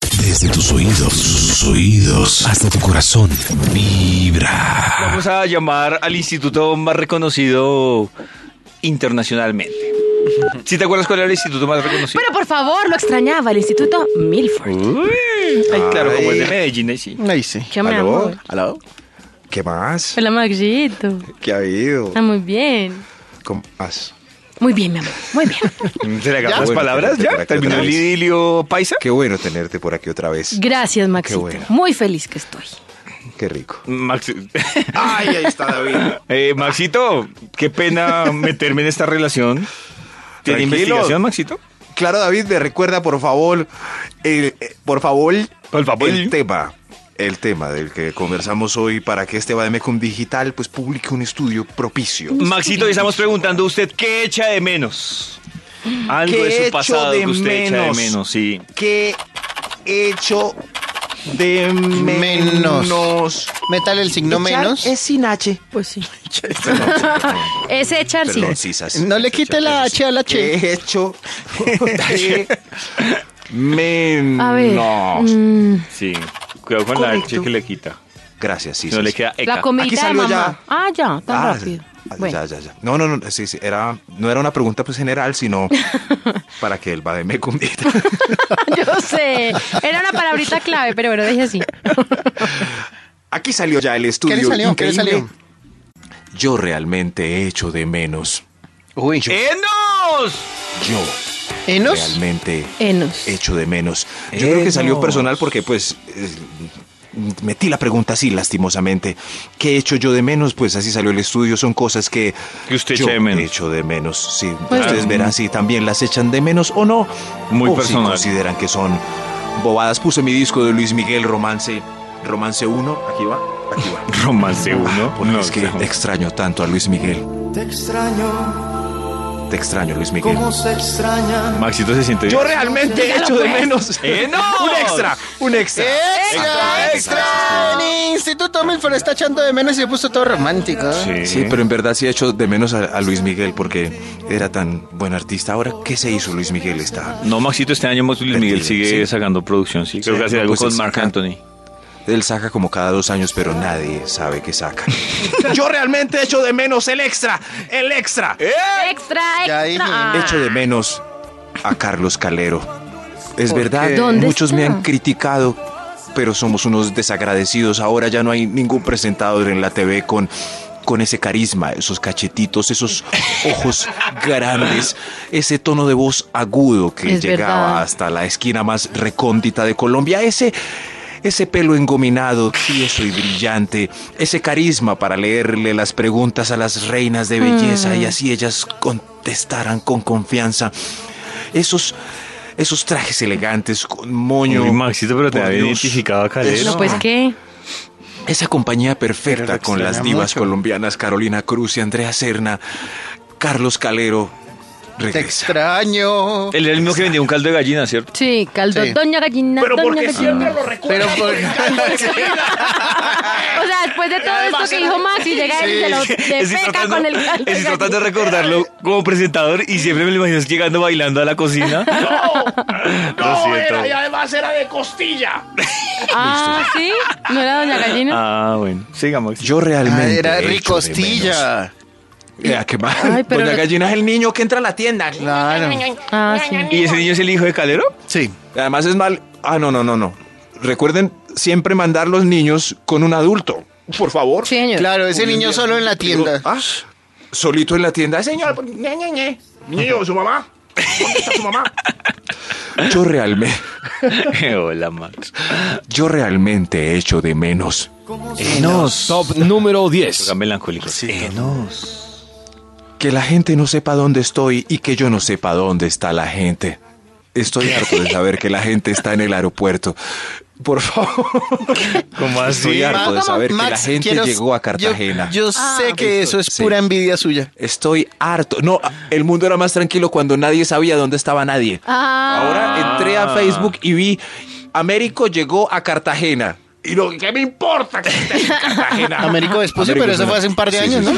Desde tus oídos, tus oídos, hasta tu corazón, vibra. Vamos a llamar al instituto más reconocido internacionalmente. ¿Si te acuerdas cuál era el instituto más reconocido? Pero por favor, lo extrañaba el Instituto Milford. Mm, Ay, claro, como es de Ay. Medellín, ahí sí. Ahí sí. ¿Qué, mi ¿Aló? amor? ¿Aló? ¿Qué más? Hola, Maxito. ¿Qué ha habido? Está muy bien. ¿Cómo más? Muy bien, mi amor. Muy bien. ¿Se le ¿Las palabras ya? ¿Terminó el idilio paisa? Qué bueno tenerte por aquí otra vez. Gracias, Maxito. bueno. Muy feliz que estoy. Qué rico. Max... Ay, ahí está David. Eh, Maxito, qué pena meterme en esta relación. ¿Tiene Tranquilo. investigación, Maxito? Claro, David, me recuerda, por favor, el, eh, por favor, Por favor. el tema. El tema del que conversamos hoy para que este Bademecum Digital pues publique un estudio propicio. Maxito, hoy estamos preguntando a usted qué echa de menos. Algo ¿Qué de su echo pasado de que usted echa de menos? menos, sí. ¿Qué hecho de menos? Menos. Metal el signo Echar menos. Es sin H. Pues sí. Perdón, Es echar sí. perdón, sisas. No le quite la H a la H. He hecho de menos. A ver. mm, Sí. Cuidado con la H que le quita. Gracias, sí. Si no le queda eca. la comidita de salió mamá. ya. Ah, ya, tan Ah, rápido. ah, Bueno. Ya, ya, ya. No, no, no, sí, sí, era, no era una pregunta pues, general, sino para que el Bademecum diga. Yo sé. Era una palabrita clave, pero bueno, dije así. Aquí salió ya el estudio. ¿Qué le salió? ¿Qué le increíble. salió? Yo realmente he hecho de menos. Uy, ¡Enos! Yo ¿Enos? realmente Enos. hecho de menos. Yo creo que salió personal porque pues eh, metí la pregunta así lastimosamente. ¿Qué he hecho yo de menos? Pues así salió el estudio. Son cosas que Que usted yo echa de menos. he hecho de menos. Sí, Pues ustedes sí. verán si también las echan de menos o no. Muy O si personal. consideran que son bobadas. Puse mi disco de Luis Miguel Romance. Romance 1. Aquí va. Aquí va. Romance uno. Ah, porque No, es que no. extraño tanto a Luis Miguel. Te extraño, Te extraño, Luis Miguel. como se extraña. Maxito se siente Yo realmente he hecho de menos. ¡Enos! Un extra, un extra. ¡Extra, extra. extra! El Instituto Milford está echando de menos y se puso todo romántico. Sí. Sí, pero en verdad sí he hecho de menos a, a Luis Miguel porque era tan buen artista. Ahora, ¿qué se hizo Luis Miguel? Está, No, Maxito, este año Max Luis Miguel Perdido, sigue sí. sacando producción, sí. Creo Sí, que hace no, algo pues con es- Marc Anthony. él saca como cada dos años, pero nadie sabe que saca. Yo realmente he hecho de menos el extra, el extra. Extra, Ya extra. dije. He hecho de menos a Carlos Calero. Es verdad, ¿Dónde muchos me está? han criticado, pero somos unos desagradecidos. Ahora ya no hay ningún presentador en la TV con, con ese carisma, esos cachetitos, esos ojos grandes, ese tono de voz agudo que Es llegaba verdad. hasta la esquina más recóndita de Colombia. Ese. Ese pelo engominado, tieso y brillante, ese carisma para leerle las preguntas a las reinas de belleza Mm. y así ellas contestaran con confianza. Esos, esos trajes elegantes con moño. Uy, Maxito, pero te Por había Dios. identificado a Calero. Eso. No, pues qué. Esa compañía perfecta Pero lo con las extraña divas mucho. colombianas Carolina Cruz y Andrea Serna, Carlos Calero Te regresa. extraño. Él era el mismo que vendía un caldo de gallina, ¿cierto? Sí, caldo, Sí. doña gallina, Pero doña porque gallina. siempre lo Pero por... O sea, después de todo esto que dijo Maxi, llega él y se lo Estoy defeca tratando- con el caldo. estoy tratando de gallina. recordarlo como presentador y siempre me lo imagino llegando bailando a la cocina. ¡No! lo siento. Ah, ¿sí? ¿No era doña gallina? Ah, bueno. Sigamos. Yo Ah, realmente. era he hecho de ricostilla. menos- Vea, qué mal. Ay, pero- Doña Gallina es el niño que entra a la tienda. Claro. Ah, sí. ¿Y ese niño es el hijo de Calero? Sí. Además es mal. Ah, no, no, no, no. Recuerden siempre mandar los niños con un adulto. Por favor. Sí, señor. Claro, ese niño solo en la tienda. Ah, solito en la tienda. Señor, pues, ñe, ñe, ñe. Niño, su mamá. ¿Dónde está su mamá? Yo realmente, Hola, Max. yo realmente he hecho de menos. Enos. Top número 10. Toca melancólico. Enos. Que la gente no sepa dónde estoy y que yo no sepa dónde está la gente. Estoy harto de saber que la gente está en el aeropuerto. Por favor. ¿Cómo así? Estoy harto de saber que la Max, gente quiero- llegó a yo- Cartagena. Yo, sé que eso es Sí. pura envidia suya. Estoy harto. No, el mundo era más tranquilo cuando nadie sabía dónde estaba nadie. Ah, Ahora entré a Facebook y vi Américo llegó a Cartagena. Y no, ¿qué me importa que estés en Cartagena? Américo Vespucio, pero eso fue hace un par de años, ¿no?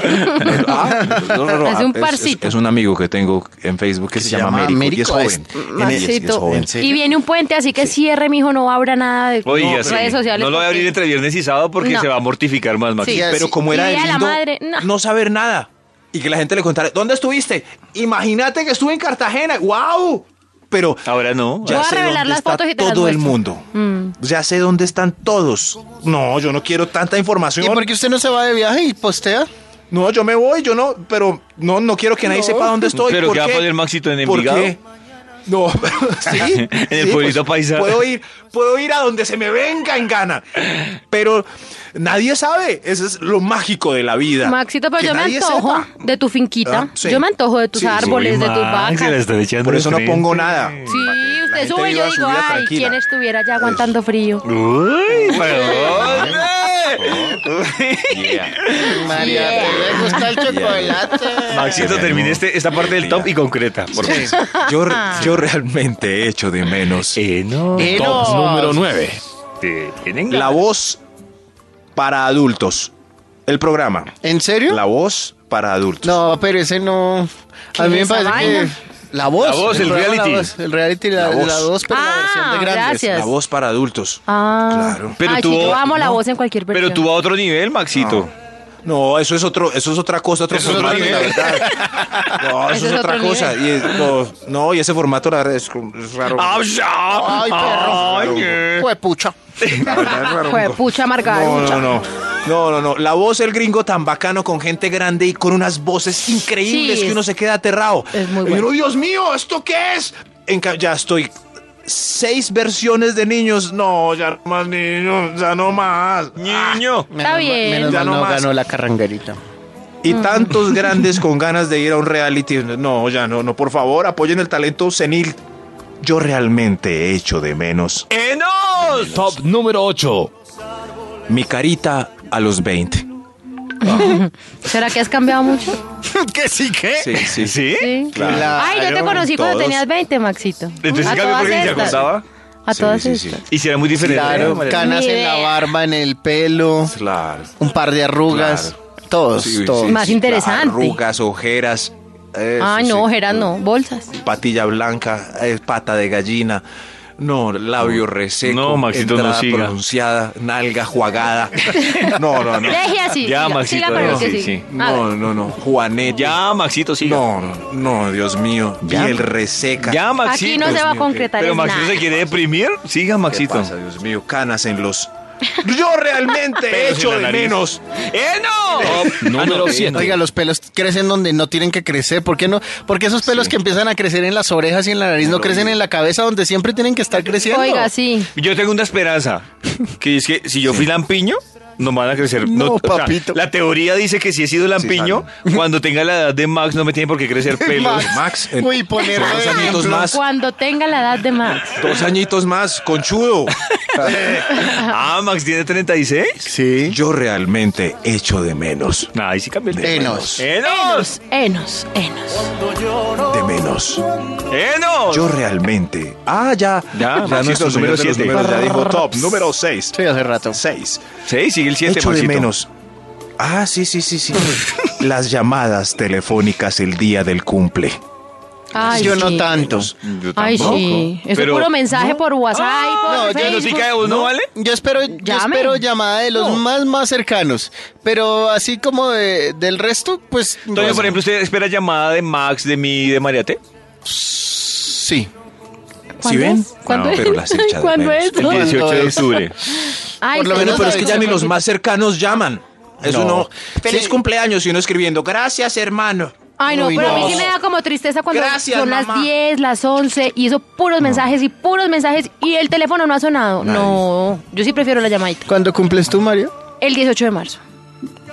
¿no? Ah, no, no, no, Hace un es- es- parcito. Es, un amigo que tengo en Facebook que se, llama Américo, y es joven. Américo Y es- y es Maxito. joven. Y viene un puente, así que cierre, mijo, no abra nada de Oiga, no, sí. redes sociales. No lo voy a abrir porque- entre viernes y sábado porque No. se va a mortificar más, Maxi. Sí. Pero como Y era de a la lindo madre, no. no. saber nada y que la gente le contara, ¿dónde estuviste? Imagínate que estuve en Cartagena, wow. Pero Ahora no. Voy a revelar dónde las está fotos y te las todo el muestro. Mm. mundo. Ya sé dónde están todos. No, yo no quiero tanta información. ¿Y por qué usted no se va de viaje y postea? No, yo me voy, yo no, pero no, no quiero que nadie sepa dónde estoy. Pero ¿por ¿qué va a qué? poner Maxito en ¿Por Envigado? qué? No, sí. En el sí, pues, pueblito paisa. Puedo ir, puedo ir a donde se me venga en gana. Pero nadie sabe. Eso es lo mágico de la vida. Maxito, pero Que yo me nadie antojo sepa. de tu finquita. Ah, sí. Yo me antojo de tus Sí, sí. árboles, de tus vacas. Por eso no pongo nada. Sí, gente usted sube y viva yo su digo, vida ay, tranquila". quién estuviera ya aguantando frío. María, ¿te le gusta el chocolate? Maxito, Qué termine hermoso. este- esta parte del top y concreta, por favor. Yo, re- yo realmente he hecho de Eh, menos Eros. Top número 9. la voz para adultos. El programa. ¿En serio? La voz para adultos. No, pero ese no. ¿Qué A mí me es esa parece vaina? que. La voz. La voz, el programa reality. La voz, el reality, la, La la voz. voz. pero la Ah, versión de grandes. gracias. La voz para adultos. Ah. Claro. Pero Ay, tú- sí, yo amo la no. voz en cualquier versión. Pero tú vas a otro nivel, Maxito. No, eso es otro, eso es otra cosa, otro Eso es otro formato, la nivel. verdad. No, eso, Ese es es otra otro cosa. Y es- no, no, y ese formato, la verdad, es, es raro. Ah, Ay, perro. Juepucha. La verdad, es raro. Juepucha, No, Margarita. no, no. No, no, no. La voz del gringo tan bacano con gente grande y con unas voces increíbles Sí, que es- uno se queda aterrado. es muy Y uno, bueno. Dios mío, ¿esto qué es? En ca- ya estoy. Seis versiones de niños. No, ya no más niños, ya no más. Niño. Está bien. Menos Ya mal no no más. ganó la carrangarita. Y Mm. tantos grandes con ganas de ir a un reality. No, ya no, no, por favor, apoyen el talento senil. Yo realmente he hecho de menos ¡Enos! Top número 8. mi carita a los 20. ¿Será que has cambiado mucho? ¿Qué sí qué? Sí, sí, sí. ¿Sí? Sí. Claro. Ay, yo te conocí cuando todos. tenías 20, Maxito. Entonces, a en cambio, Ah, todas porque se estas. acostaba. A Sí, todas sí, sí. estas. Y si era muy diferente. Claro, canas Ni en la idea. barba, en el pelo, Claro. un par de arrugas. Todos, Sí, sí, todos. sí, Más sí, interesante. Arrugas, ojeras. eso Ah, no, sí. Gerard, no. Bolsas. Patilla blanca, eh, pata de gallina. No, labio reseco. No, Maxito, no entrada siga. pronunciada, nalga jugada. No, no, no. Deje así. Ya, siga, Maxito, siga con no, el que sí, sí, sí. A ver. No, no, no. Juanete. Ya, Maxito, sí. No, no, no, Dios mío. Ya. Piel reseca. Ya, Maxito. Aquí no se va a mío, concretar Pero es Maxito nada. se quiere deprimir. Siga, ¿Qué Maxito. pasa, Dios mío? Canas en los. Yo realmente he Pelos en hecho la ¡Eh, de nariz. menos. ¡Enos! Ah, Número sí, 7. Oiga, los pelos crecen donde no tienen que crecer. ¿Por qué no? Porque esos pelos que empiezan a crecer en las orejas y en la nariz no crecen en la cabeza donde siempre tienen que estar creciendo. Oiga, sí. Yo tengo una esperanza, que es que si yo fui lampiño, no me van a crecer. No, o sea, papito. la teoría dice que si he sido lampiño, cuando tenga la edad de Max no me tiene por qué crecer pelos. Max, en- Uy, poner son dos añitos más. Cuando tenga la edad de Max. Dos añitos más, conchudo. ah, Max tiene 36. Sí. Yo realmente he hecho de menos. Nah, ahí sí cambia el tema. Enos. ¡Enos! Enos, enos. De menos. ¡Enos! Yo realmente. Ah, ya. Ya, Maxito, nuestro número señor de los siete. números Ya dijo top. Número 6. Sí, hace rato. 6. Sí, sigue el 7, Hecho de Maxito. menos. Ah, sí, sí, sí, sí. Las llamadas telefónicas el día del cumple. Ay, yo sí. no tantos. Ay, sí. Eso es puro mensaje por WhatsApp. No, por yo no- Facebook. ¿Notica de voz no vale? Yo espero, yo Llamen. espero llamada de los más más cercanos, pero así como de- del resto, pues. Entonces, no, por ejemplo, ¿usted espera llamada de Max, de mí, de Mariate? sí. ¿Cuándo ¿Sí ven? es? ¿Cuándo No, es? pero las hecha de ¿Cuándo menos. es? El 18 de es? octubre. Ay, Por lo sí, menos, no pero es es que sabes, ya ni los Maxito. más cercanos llaman. Eso no. No. Feliz Sí. cumpleaños y uno escribiendo. Gracias, hermano. Ay, no, Uy, pero a no. mí sí me da como tristeza cuando Gracias, son mamá. las 10, las 11 y eso puros mensajes y puros mensajes y el teléfono no ha sonado. No, yo sí prefiero la llamadita. ¿Cuándo cumples tú, Mario? El 18 de marzo.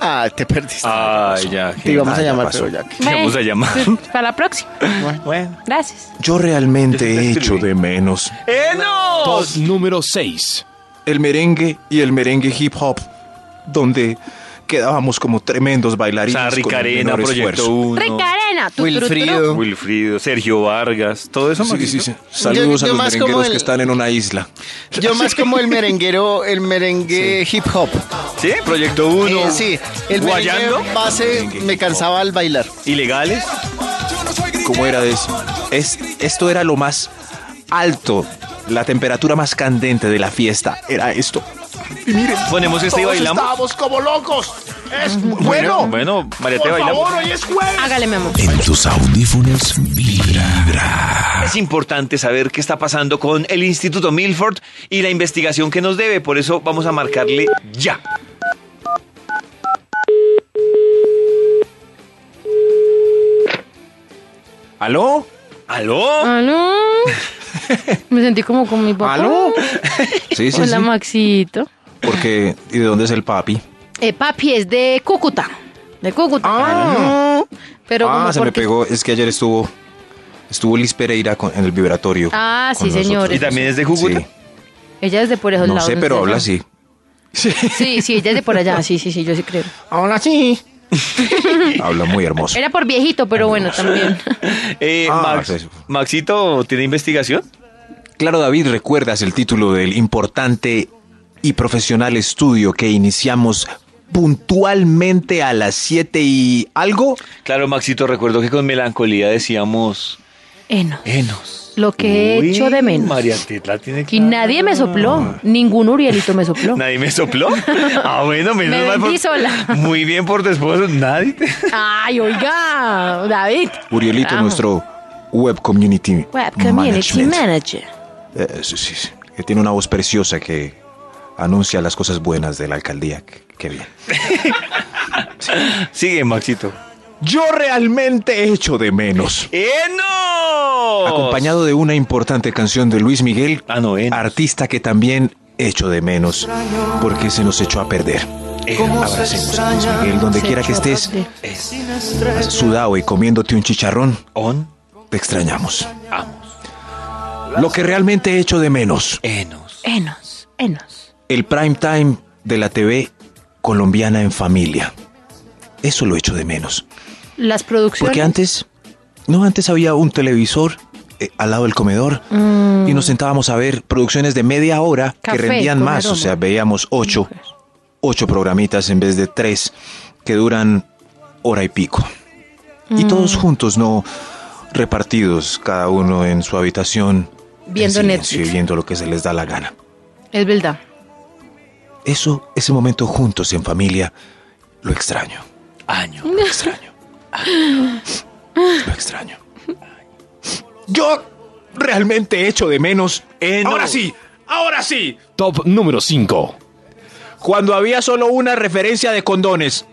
Ah, te perdiste. Ay, ya. Te íbamos Ah, a ya llamar, pasó. pero ya. que- Te vamos a llamar. Para la próxima. Gracias. Yo realmente he hecho de menos ¡Enos! Top número 6. el merengue y el merengue hip hop, donde quedábamos como tremendos bailarines. Sarri con el Carena, menor Proyecto esfuerzo. 1. Ricarena. tu, tru, tru, tru. Wilfrido. Wilfrido, Sergio Vargas, todo eso. Sí, Maxito. sí, sí. Saludos Yo- yo a los más como merengueros el- que están en una isla. Yo más como el merenguero, el merengue hip hop. ¿Sí? Proyecto 1. Eh, sí, el Guayando. merengue base me cansaba al bailar. Ilegales. ¿Cómo era de eso? Es, esto era lo más alto, la temperatura más candente de la fiesta. Era esto. Ponemos este y bailamos. como locos. Es Bueno, bueno, María, te bailamos. hoy es jueves. Hágale, mi amor. En tus audífonos vibra. Ah. Es importante saber qué está pasando con el Instituto Milford y la investigación que nos debe. Por eso vamos a marcarle ya. ¿Aló? Oh. ¿Aló? ¿Aló? Me sentí como con mi papá. ¿Aló? Sí, sí, Hola, sí. Maxito. Porque, ¿y de dónde es el papi? Eh, papi es de Cúcuta. De Cúcuta. Pero ah, como se me porque- pegó. Es que ayer estuvo estuvo Liz Pereira con- en el vibratorio. Ah, con sí, nosotros. señores. ¿Y también es de Cúcuta? Sí. Ella es de por esos No lados, sé, pero habla así. Sí, sí, ella es de por allá. Sí, sí, sí, yo sí creo. Ahora sí. Habla muy hermoso. Era por viejito, pero bueno, también. Eh, Ah, Max- sí. Maxito, ¿tiene investigación? Claro, David, recuerdas el título del importante y profesional estudio que iniciamos puntualmente a las 7 y algo. Claro, Maxito, recuerdo que con melancolía decíamos... Enos. Enos. Eh, Lo que he Uy, hecho de menos. María Tetla tiene Y nadie me sopló. Ningún Urielito me sopló. ¿Nadie me sopló? Ah, bueno, menos Me mal. vendí sola. Muy bien por tu esposo. Nadie te... Ay, oiga, David. Urielito, Carajo. nuestro web community. Web Community management. Manager. Eh, sí, sí, sí. Que tiene una voz preciosa que anuncia las cosas buenas de la alcaldía. Qué- Qué bien. Sigue, Maxito. Yo realmente echo de menos. ¡Enos! Acompañado de una importante canción de Luis Miguel, Ah, no, Enos. artista que también echo de menos porque se nos echó a perder. Eh, ¿Cómo se Abracemos a Luis extraña? Miguel donde Se quiera que echó a estés, perder. Sin estrés. sudado y comiéndote un chicharrón, On. te extrañamos. Lo que realmente echo de menos, Enos. Enos, enos. el prime time de la TV colombiana en familia. Eso lo echo de menos. Las producciones. Porque antes, no, antes había un televisor eh, al lado del comedor y nos sentábamos a ver producciones de media hora Mm. Café que rendían con más. O aroma. sea, veíamos ocho, ocho programitas en vez de tres que duran hora y pico. Y Mm. todos juntos, no repartidos, cada uno en su habitación. en Viendo silencio Netflix. Y viendo lo que se les da la gana. Es verdad. Eso, ese momento juntos en familia, lo extraño. Año. Lo extraño. Lo extraño. Yo realmente echo de menos. en Ahora sí. Ahora sí. Top número 5. Cuando había solo una referencia de condones.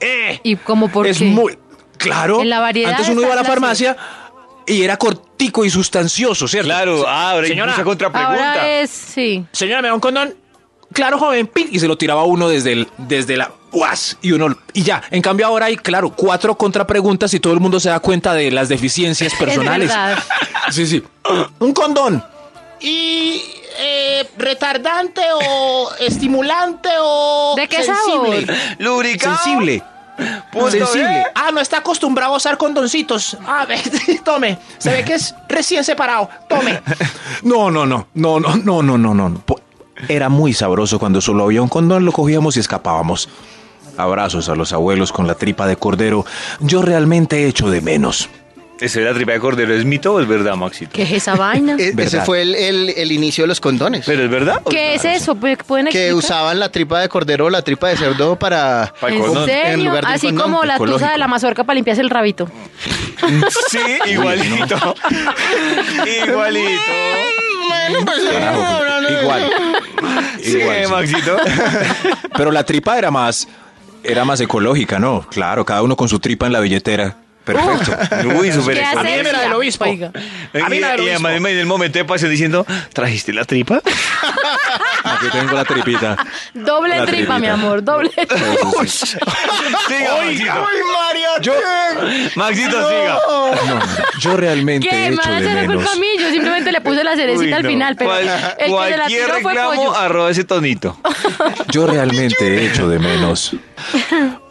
Eh, Y como por es qué? muy. Claro. En la variedad antes uno está iba a la la farmacia y era cortico y sustancioso, ¿cierto? Claro, ah, ahora hay Señora. mucha Ahora contrapregunta. es, sí. Señora, me da un condón. Claro, joven, pin, y se lo tiraba uno desde el, desde la ¡guas! y uno y ya. En cambio ahora hay, claro, cuatro contrapreguntas y todo el mundo se da cuenta de las deficiencias personales. verdad. sí, sí. Un condón. ¿Y eh, retardante o estimulante o ¿De qué sensible? sabor? Lubricado. Sensible. Punto sensible. B. Ah, no está acostumbrado a usar condoncitos. A ver, tome. Se ve que es recién separado. Tome. No, no, no, no, no, no, no, no, no. Po- Era muy sabroso cuando solo había un condón, lo cogíamos y escapábamos. Abrazos a los abuelos con la tripa de cordero. Yo realmente echo de menos. Eso de la tripa de cordero es mito o es verdad, Maxito. ¿Qué es esa vaina? E- Ese Verdad. fue el, el- el inicio de los condones. ¿Pero es verdad? o ¿Qué no? es eso? ¿Pu- ¿Pueden que explicar? usaban la tripa de cordero o la tripa de cerdo para... Para el ¿En condón. En serio? lugar del Así condón, como la tusa ecológico. de la mazorca para limpiarse el rabito. Sí, igualito. igualito. Carajo, igual. Sí, Igual, sí. Maxito. Pero la tripa era más, era más ecológica, ¿no? Claro, cada uno con su tripa en la billetera. Perfecto. Uy, súper ¿Qué extra. A mí haces? me la del obispo. Oiga. A mí me y, la del y obispo. además en el momento de pase diciendo, ¿trajiste la tripa? Aquí tengo la tripita. Doble La tripa, tripita. mi amor, doble tripa. Siga, Maxito. Yo, Maxito, siga. no, yo realmente ¿Qué? he Me hecho van a de hacer la menos. culpa a mí, yo simplemente le puse la cerecita Uy, al no. final, pero Cual- el que se la cualquier tiró fue reclamo pollo. arroba ese tonito. Yo realmente he hecho de menos.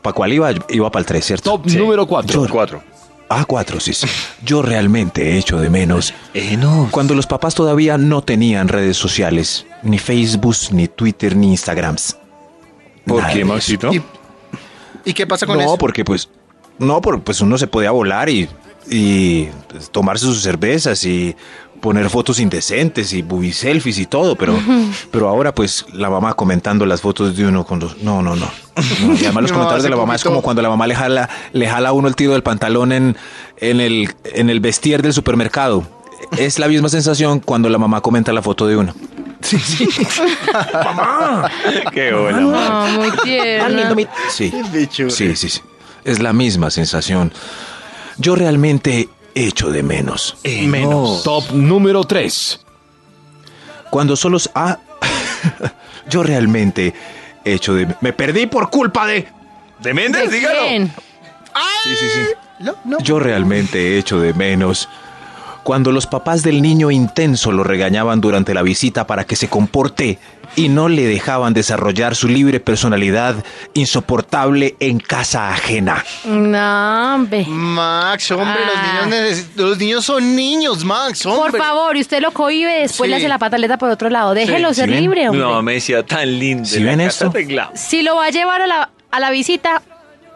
¿Para cuál iba? Iba para el 3, ¿cierto? Top número 4. Cuatro. Ah, 4, sí, sí. Yo realmente he hecho de menos. Eh, no. Cuando los papás todavía no tenían redes sociales, ni Facebook, ni Twitter, ni Instagrams. ¿Por Nada qué, de eso. Maxito? ¿Y, y qué pasa con no, eso? porque pues, no, por- pues uno se podía volar y, y pues, tomarse sus cervezas y poner fotos indecentes y booby selfies y todo, pero, pero ahora pues la mamá comentando las fotos de uno con los... No, no, no. No, y además los No, comentarios hace de la mamá es poquito- como cuando la mamá le jala, le jala a uno el tiro del pantalón en, en, el, en el vestir del supermercado. Es la misma sensación cuando la mamá comenta la foto de uno. Qué hola. No, muy tierna. Sí. Sí, sí, sí. Es la misma sensación. Yo realmente echo de menos. Menos. Eh, Top número 3. Cuando solos... Ah, yo realmente echo de... Me perdí por culpa de... ¿De Méndez? ¿De Dígalo. quién? Sí, sí, sí. No, no. Yo realmente echo de menos. Cuando los papás del niño intenso lo regañaban durante la visita para que se comporte y no le dejaban desarrollar su libre personalidad insoportable en casa ajena. No, hombre. Max, hombre, Ah. los, niños neces- los niños son niños, Max, hombre. Por favor, y usted lo cohibe, después Sí. le hace la pataleta por otro lado. Déjelo ¿sí ser ven? libre, hombre. No, me decía tan lindo. ¿Sí ven esto? Si lo va a llevar a la, a la visita,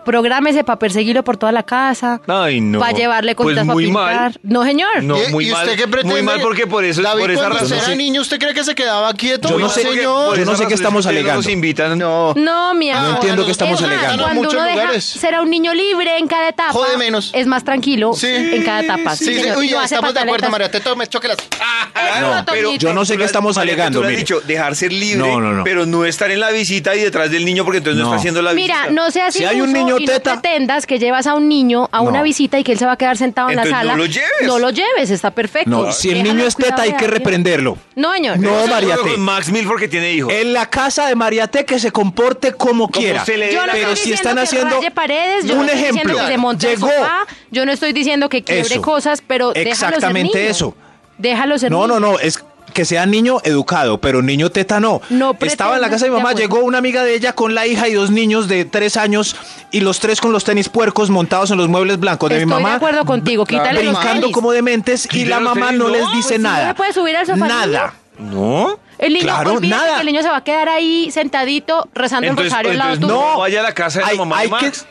prográmese para perseguirlo por toda la casa. Ay, no. Para llevarle Pues cositas muy para mal. pintar. No, señor. No, ¿Y- muy y mal. usted qué muy pretende? mal porque por eso, David, por esa cuando razón. usted era niño, ¿usted cree que se quedaba quieto? Yo no Uy, sé qué- señor. yo no sé qué estamos alegando. Nos invitan. No. No, mi amor. Ah, entiendo que estamos Es más, alegando. En Cuando muchos uno deja lugares. ser a un niño libre en cada etapa, Jode menos. es más tranquilo en cada etapa. Sí, sí, señor. uy, No hace estamos de acuerdo, pataletas. María. Te me choque las. Eso, No, pero Toñito. yo no sé qué estamos Ah, María, que alegando. Tú lo has mire. dicho, dejar ser libre, No, no, no. pero no estar en la visita y detrás del niño porque entonces no, No. está haciendo la visita. Mira, no seas Si hay un iluso niño y no teta- pretendas que llevas a un niño a una No. visita y que él se va a quedar sentado en la Entonces, sala. no lo lleves. No lo lleves, está perfecto. No, si el Déjalo niño es cuidado teta hay de que alguien. reprenderlo. No, señor. No, Estoy de acuerdo Mariate. con Max Mil porque tiene hijos. En la casa de Mariate que se comporte como, quiera. se le dé Yo no la pero estoy si diciendo están que haciendo raye paredes, yo un no estoy ejemplo, diciendo que se monte el llegó. sofá, yo no estoy diciendo que quiebre Eso. cosas, pero déjalo ser Exactamente niño. eso. Déjalo ser No, niño. no, no, es que sea niño educado, pero niño teta no. No Estaba en la pretendas, casa de mi de mamá, acuerdo. llegó una amiga de ella con la hija y dos niños de tres años y los tres con los tenis puercos montados en los muebles blancos de mi Estoy de mamá. acuerdo contigo, quítale los brincando tenis. como dementes y Quítale la los mamá tenis, no no, les pues dice si no nada. le puede subir al sofá al Nada. No. El niño, Claro, olvídate nada. que el niño se va a quedar ahí sentadito rezando el Entonces, rosario al lado entonces, tuyo. No, vaya a la casa de la mamá de que, Max.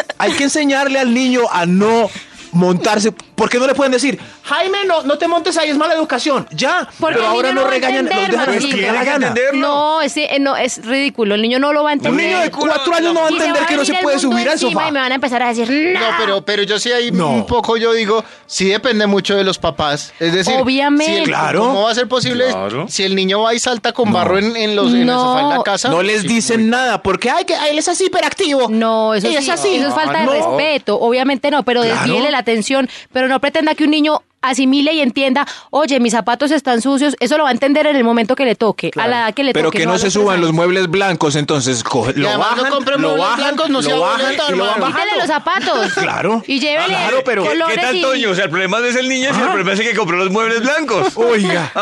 hay que enseñarle al niño a no montarse. ¿Por qué no le pueden decir? Jaime, no, no te montes ahí, es mala educación. Ya, Porque el pero ahora niño no no va a regañan, los entender, dejan hacer lo Maxito. que les Tiene da que la gana. entenderlo. No, es, eh, no, es ridículo. El niño no lo va a Un entender. niño de cuatro Y años no va a Y se entender va que a no ir se el puede mundo subir al encima sofá. Y me van a empezar a decir, no, No, pero, pero yo sí ahí No. un poco yo digo, sí depende mucho de los papás. Es decir, Obviamente. si el- Claro. ¿cómo va a ser posible Claro. si el niño va y salta con barro en, en los, en el sofá en No. la casa? No les Sí, dicen nada porque hay que él es así hiperactivo. No, eso Ella sí, es así. eso es Ah, falta de no. respeto. Obviamente no, pero Claro. desvíele la atención. Pero no pretenda que un niño asimile y entienda, oye, mis zapatos están sucios. Eso lo va a entender en el momento que le toque, a la edad que le Pero toque. que no, a se los suban tres los años. muebles blancos, entonces coge- Y lo además no bajan, compren lo muebles bajan, blancos, no sea lo bajan boleta, y lo van hermano. bajando. Quítele los zapatos. Claro. Y llévele Claro, pero- ¿Qué- ¿Qué colores tal y- Toño? O sea, el problema no es el niño, sino el Ah. problema es el que compró los muebles blancos. Ah, Oiga.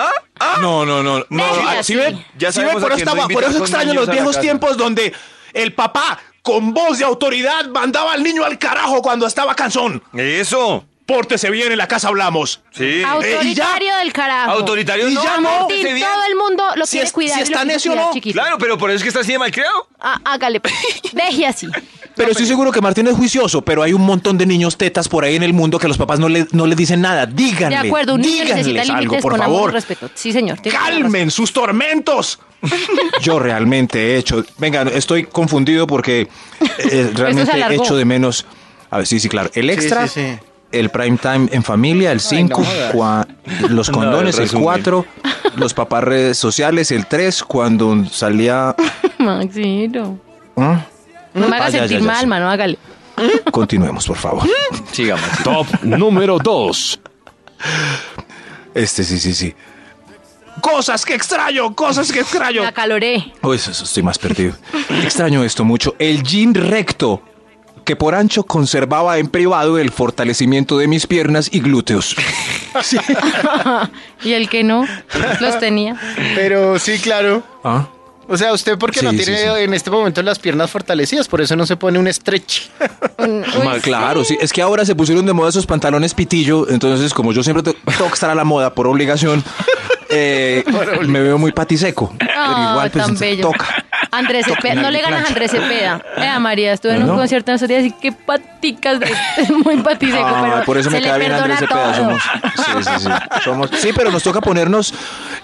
No, no, no. no Déjela ah, así. ¿sí ve? Ya ¿Sí ve? sabemos a por, quién esta- no invitar por eso con extraño niños los a la viejos casa. tiempos donde el papá con voz de autoridad mandaba al niño al carajo cuando estaba cansón. Eso. Pórtese bien, en la casa hablamos. Sí. Ah, Eh, y ya. Autoritario del carajo. Autoritario Y no. ya no, no. se Martín, bien. todo el mundo lo Si quiere es- cuidar. y si lo está quiere necio o cuidar, no, chiquito. Claro, pero por eso es que está así de malcriado. Ah, hágale. pues. Deje así. Pero estoy seguro que Martín es juicioso, pero hay un montón de niños tetas por ahí en el mundo que los papás no, le, no les dicen nada. De Díganle. acuerdo, un niño díganles necesita algo, límites por con amor y favor. respeto. Sí, señor. tiene toda la razón. ¡Calmen sus tormentos! Yo realmente he hecho. Venga, estoy confundido porque eh, realmente he alargó. hecho de menos. A ver, sí, sí, claro. El extra, sí, sí. el prime time en familia, el 5, los No, condones, el el resumen. 4, los papás redes sociales, el 3, cuando salía. Maxito. ¿Ah? No me haga Ah, ya, ya, sentir ya, mal, sí. mano, hágale. Continuemos, por favor. Sigamos. Top número 2. Este sí, sí, sí. Cosas que extraño, cosas que extraño. La caloré. Uy, eso- eso estoy más perdido. Extraño esto mucho. El jean recto, que por ancho conservaba en privado el fortalecimiento de mis piernas y glúteos. y el que no, los tenía. Pero sí, claro. ¿Ah? O sea, usted porque no Sí, tiene sí, sí. en este momento las piernas fortalecidas, por eso no se pone un stretch. Ah. Ma- claro, sí. Es que ahora se pusieron de moda esos pantalones pitillo, entonces como yo siempre te- tengo que estar a la moda por obligación, eh, me veo muy patiseco. pero Ah, igual pues, tan bello. toca. Andrés Cepeda, no le ganas a Andrés Cepeda. Eh, María, estuve en un No. concierto en esos días y qué paticas de muy patiseco, Ah, pero por eso me se le queda bien Andrés perdona Cepeda. Somos, sí, sí, sí. Somos- sí, pero nos toca ponernos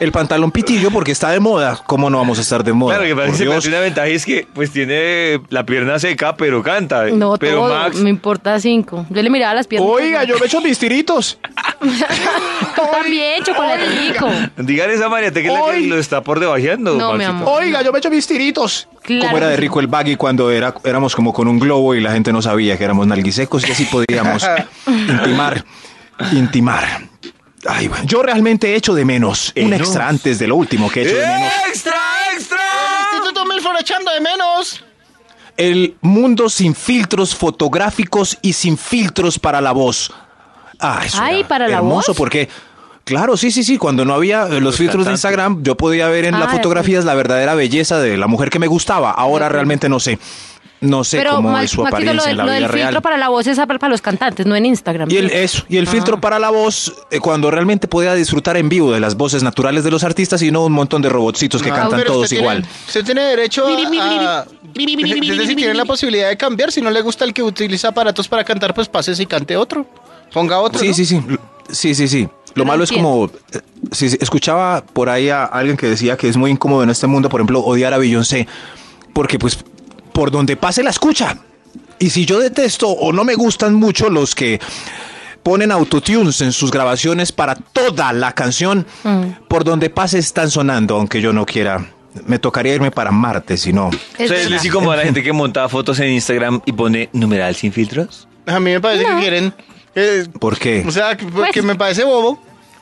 el pantalón pitillo porque está de moda. ¿Cómo no vamos a estar de moda? Claro, que Por parece Dios. que una ventaja es que pues tiene la pierna seca, pero canta. todo. No, pero todo, Max, me importa cinco. Yo le miraba las piernas. Oiga, yo me echo mis tiritos. Tú también, chocolatico. dígale esa María T que la que Hoy- lo está por debajeando. No, mi Maxito. amor. Oiga, yo me echo mis tiritos. Claro. ¿Cómo era de rico el baggy cuando era, éramos como con un globo y la gente no sabía que éramos nalguisecos y así podíamos intimar? Intimar. Ay, bueno, yo realmente echo de menos. Un extra antes de lo último que echo Eh, de menos. ¡Extra, extra! Instituto Milford echando de menos. El mundo sin filtros fotográficos y sin filtros para la voz. Ah, eso Ay, era ¿para la hermoso voz? porque claro, sí, sí, sí, cuando no había eh, los filtros de Instagram, yo podía ver en las Ah, fotografías la verdadera belleza de la mujer que me gustaba. Ahora realmente no sé. No sé Pero cómo Ma- es su Maxito, lo, apariencia de- en la lo vida del real. filtro para la voz es para para los cantantes, no en Instagram. Y el, ¿sí? eso, y el Ah. filtro para la voz, eh, cuando realmente podía disfrutar en vivo de las voces naturales de los artistas y no un montón de robotcitos que Ah, cantan pero todos usted tiene- igual. Usted tiene derecho a... a- Es decir, tiene la posibilidad de cambiar. Si no le gusta el que utiliza aparatos para cantar, pues pases y cante otro. Ponga otro. Sí, ¿no? Ah, sí, sí. Sí, sí, sí. Lo Pero malo es como. eh, sí, sí, escuchaba por ahí a alguien que decía que es muy incómodo en este mundo, por ejemplo, odiar a Beyoncé. Porque, pues, por donde pase la escucha. Y si yo detesto o no me gustan mucho los que ponen autotunes en sus grabaciones para toda la canción, Mm. por donde pase están sonando, aunque yo no quiera. Me tocaría irme para Marte, si no. Es Ustedes les verdad. dicen como a la gente que monta fotos en Instagram y pone numeral sin filtros. A mí me parece que quieren... eh, ¿Por qué? O sea, que, Pues que me parece bobo.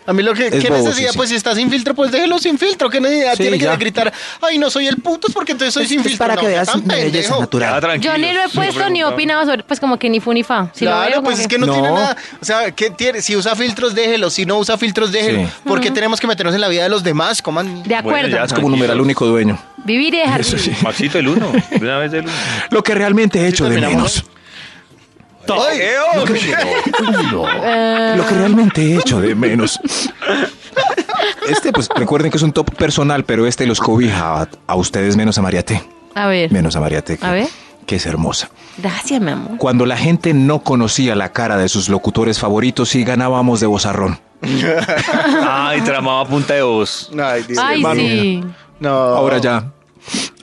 A mí lo que Es ¿qué bobo, necesidad, sí, sí. pues si está sin filtro, pues déjelo sin filtro. ¿Qué necesidad Sí, tiene que ya. gritar? Ay, no soy el puto, es porque entonces soy sin filtro. No, tan pendejo. Ya, tranquilos, Yo ni lo he no puesto ni he Ah, preguntaba. opinado sobre, pues como que ni fu ni fa. Si claro, lo veo, como pues es que no, No. tiene nada. O sea, ¿qué tiene? Si usa filtros, déjelo. Si no usa filtros, déjelo. Sí. ¿Por qué tenemos que meternos en la vida de los demás? Coman. De acuerdo. ya Es como un numeral único dueño. Vivir y dejar vivir. Maxito, el uno. De una vez el uno. Lo que realmente he hecho de terminamos. menos. Ay, Ah. Lo que realmente he hecho de menos. Este, pues recuerden que es un top personal, pero este los cobija a, a ustedes menos a Mariate. A ver. Menos a Mariate. que- A ver. Que es hermosa. Gracias, mi amor. Cuando la gente no conocía la cara de sus locutores favoritos y ganábamos de bozarrón. Ay, tramaba a punta de voz. Ay, Dios. Ay, sí. No. Ahora ya.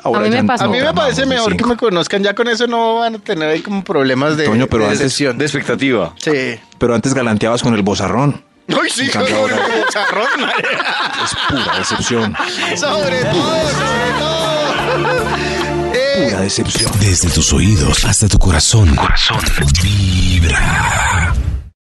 Ahora A mí ya me pasó. A mí me tramamos parece de mejor que cinco. me conozcan. Ya con eso no van a tener ahí como problemas de. Toño, pero de antes- decepción. De expectativa. Sí. Pero antes galanteabas con el bozarrón. Ay, sí, con cambio, el ahora- bozarrón, madre. Es pura decepción. Sobre todo, sobre todo. Eh, Pura decepción. Desde tus oídos hasta tu corazón. Corazón. Vibra.